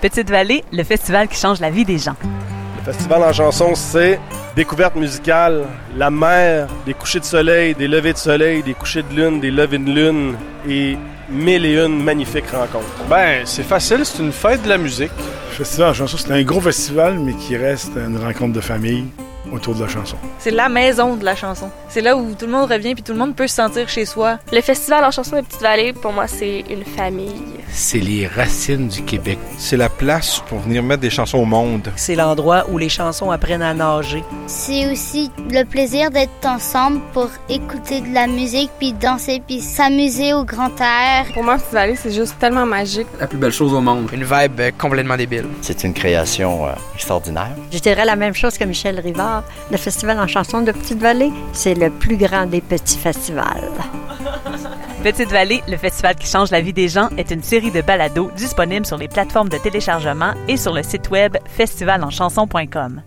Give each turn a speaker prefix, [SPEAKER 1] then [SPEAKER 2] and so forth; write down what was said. [SPEAKER 1] Petite Vallée, le festival qui change la vie des gens.
[SPEAKER 2] Le festival en chanson, c'est découverte musicale, la mer, des couchers de soleil, des levées de soleil, des couchers de lune, des levées de lune et mille et une magnifiques rencontres.
[SPEAKER 3] Ben, c'est facile, c'est une fête de la musique.
[SPEAKER 4] Le festival en chanson, c'est un gros festival, mais qui reste une rencontre de famille autour de la chanson.
[SPEAKER 5] C'est la maison de la chanson. C'est là où tout le monde revient puis tout le monde peut se sentir chez soi.
[SPEAKER 6] Le festival en chanson de Petite-Vallée, pour moi, c'est une famille.
[SPEAKER 7] C'est les racines du Québec.
[SPEAKER 8] C'est la place pour venir mettre des chansons au monde.
[SPEAKER 9] C'est l'endroit où les chansons apprennent à nager.
[SPEAKER 10] C'est aussi le plaisir d'être ensemble pour écouter de la musique puis danser puis s'amuser au grand air.
[SPEAKER 11] Pour moi, Petite-Vallée, c'est juste tellement magique.
[SPEAKER 12] La plus belle chose au monde.
[SPEAKER 13] Une vibe euh, complètement débile.
[SPEAKER 14] C'est une création euh, extraordinaire.
[SPEAKER 15] Je dirais la même chose que Michel Rivard. Le festival en chanson de Petite-Vallée, c'est le plus grand des petits festivals.
[SPEAKER 1] Petite-Vallée, le festival qui change la vie des gens, est une série de balados disponibles sur les plateformes de téléchargement et sur le site web festivalenchansons.com.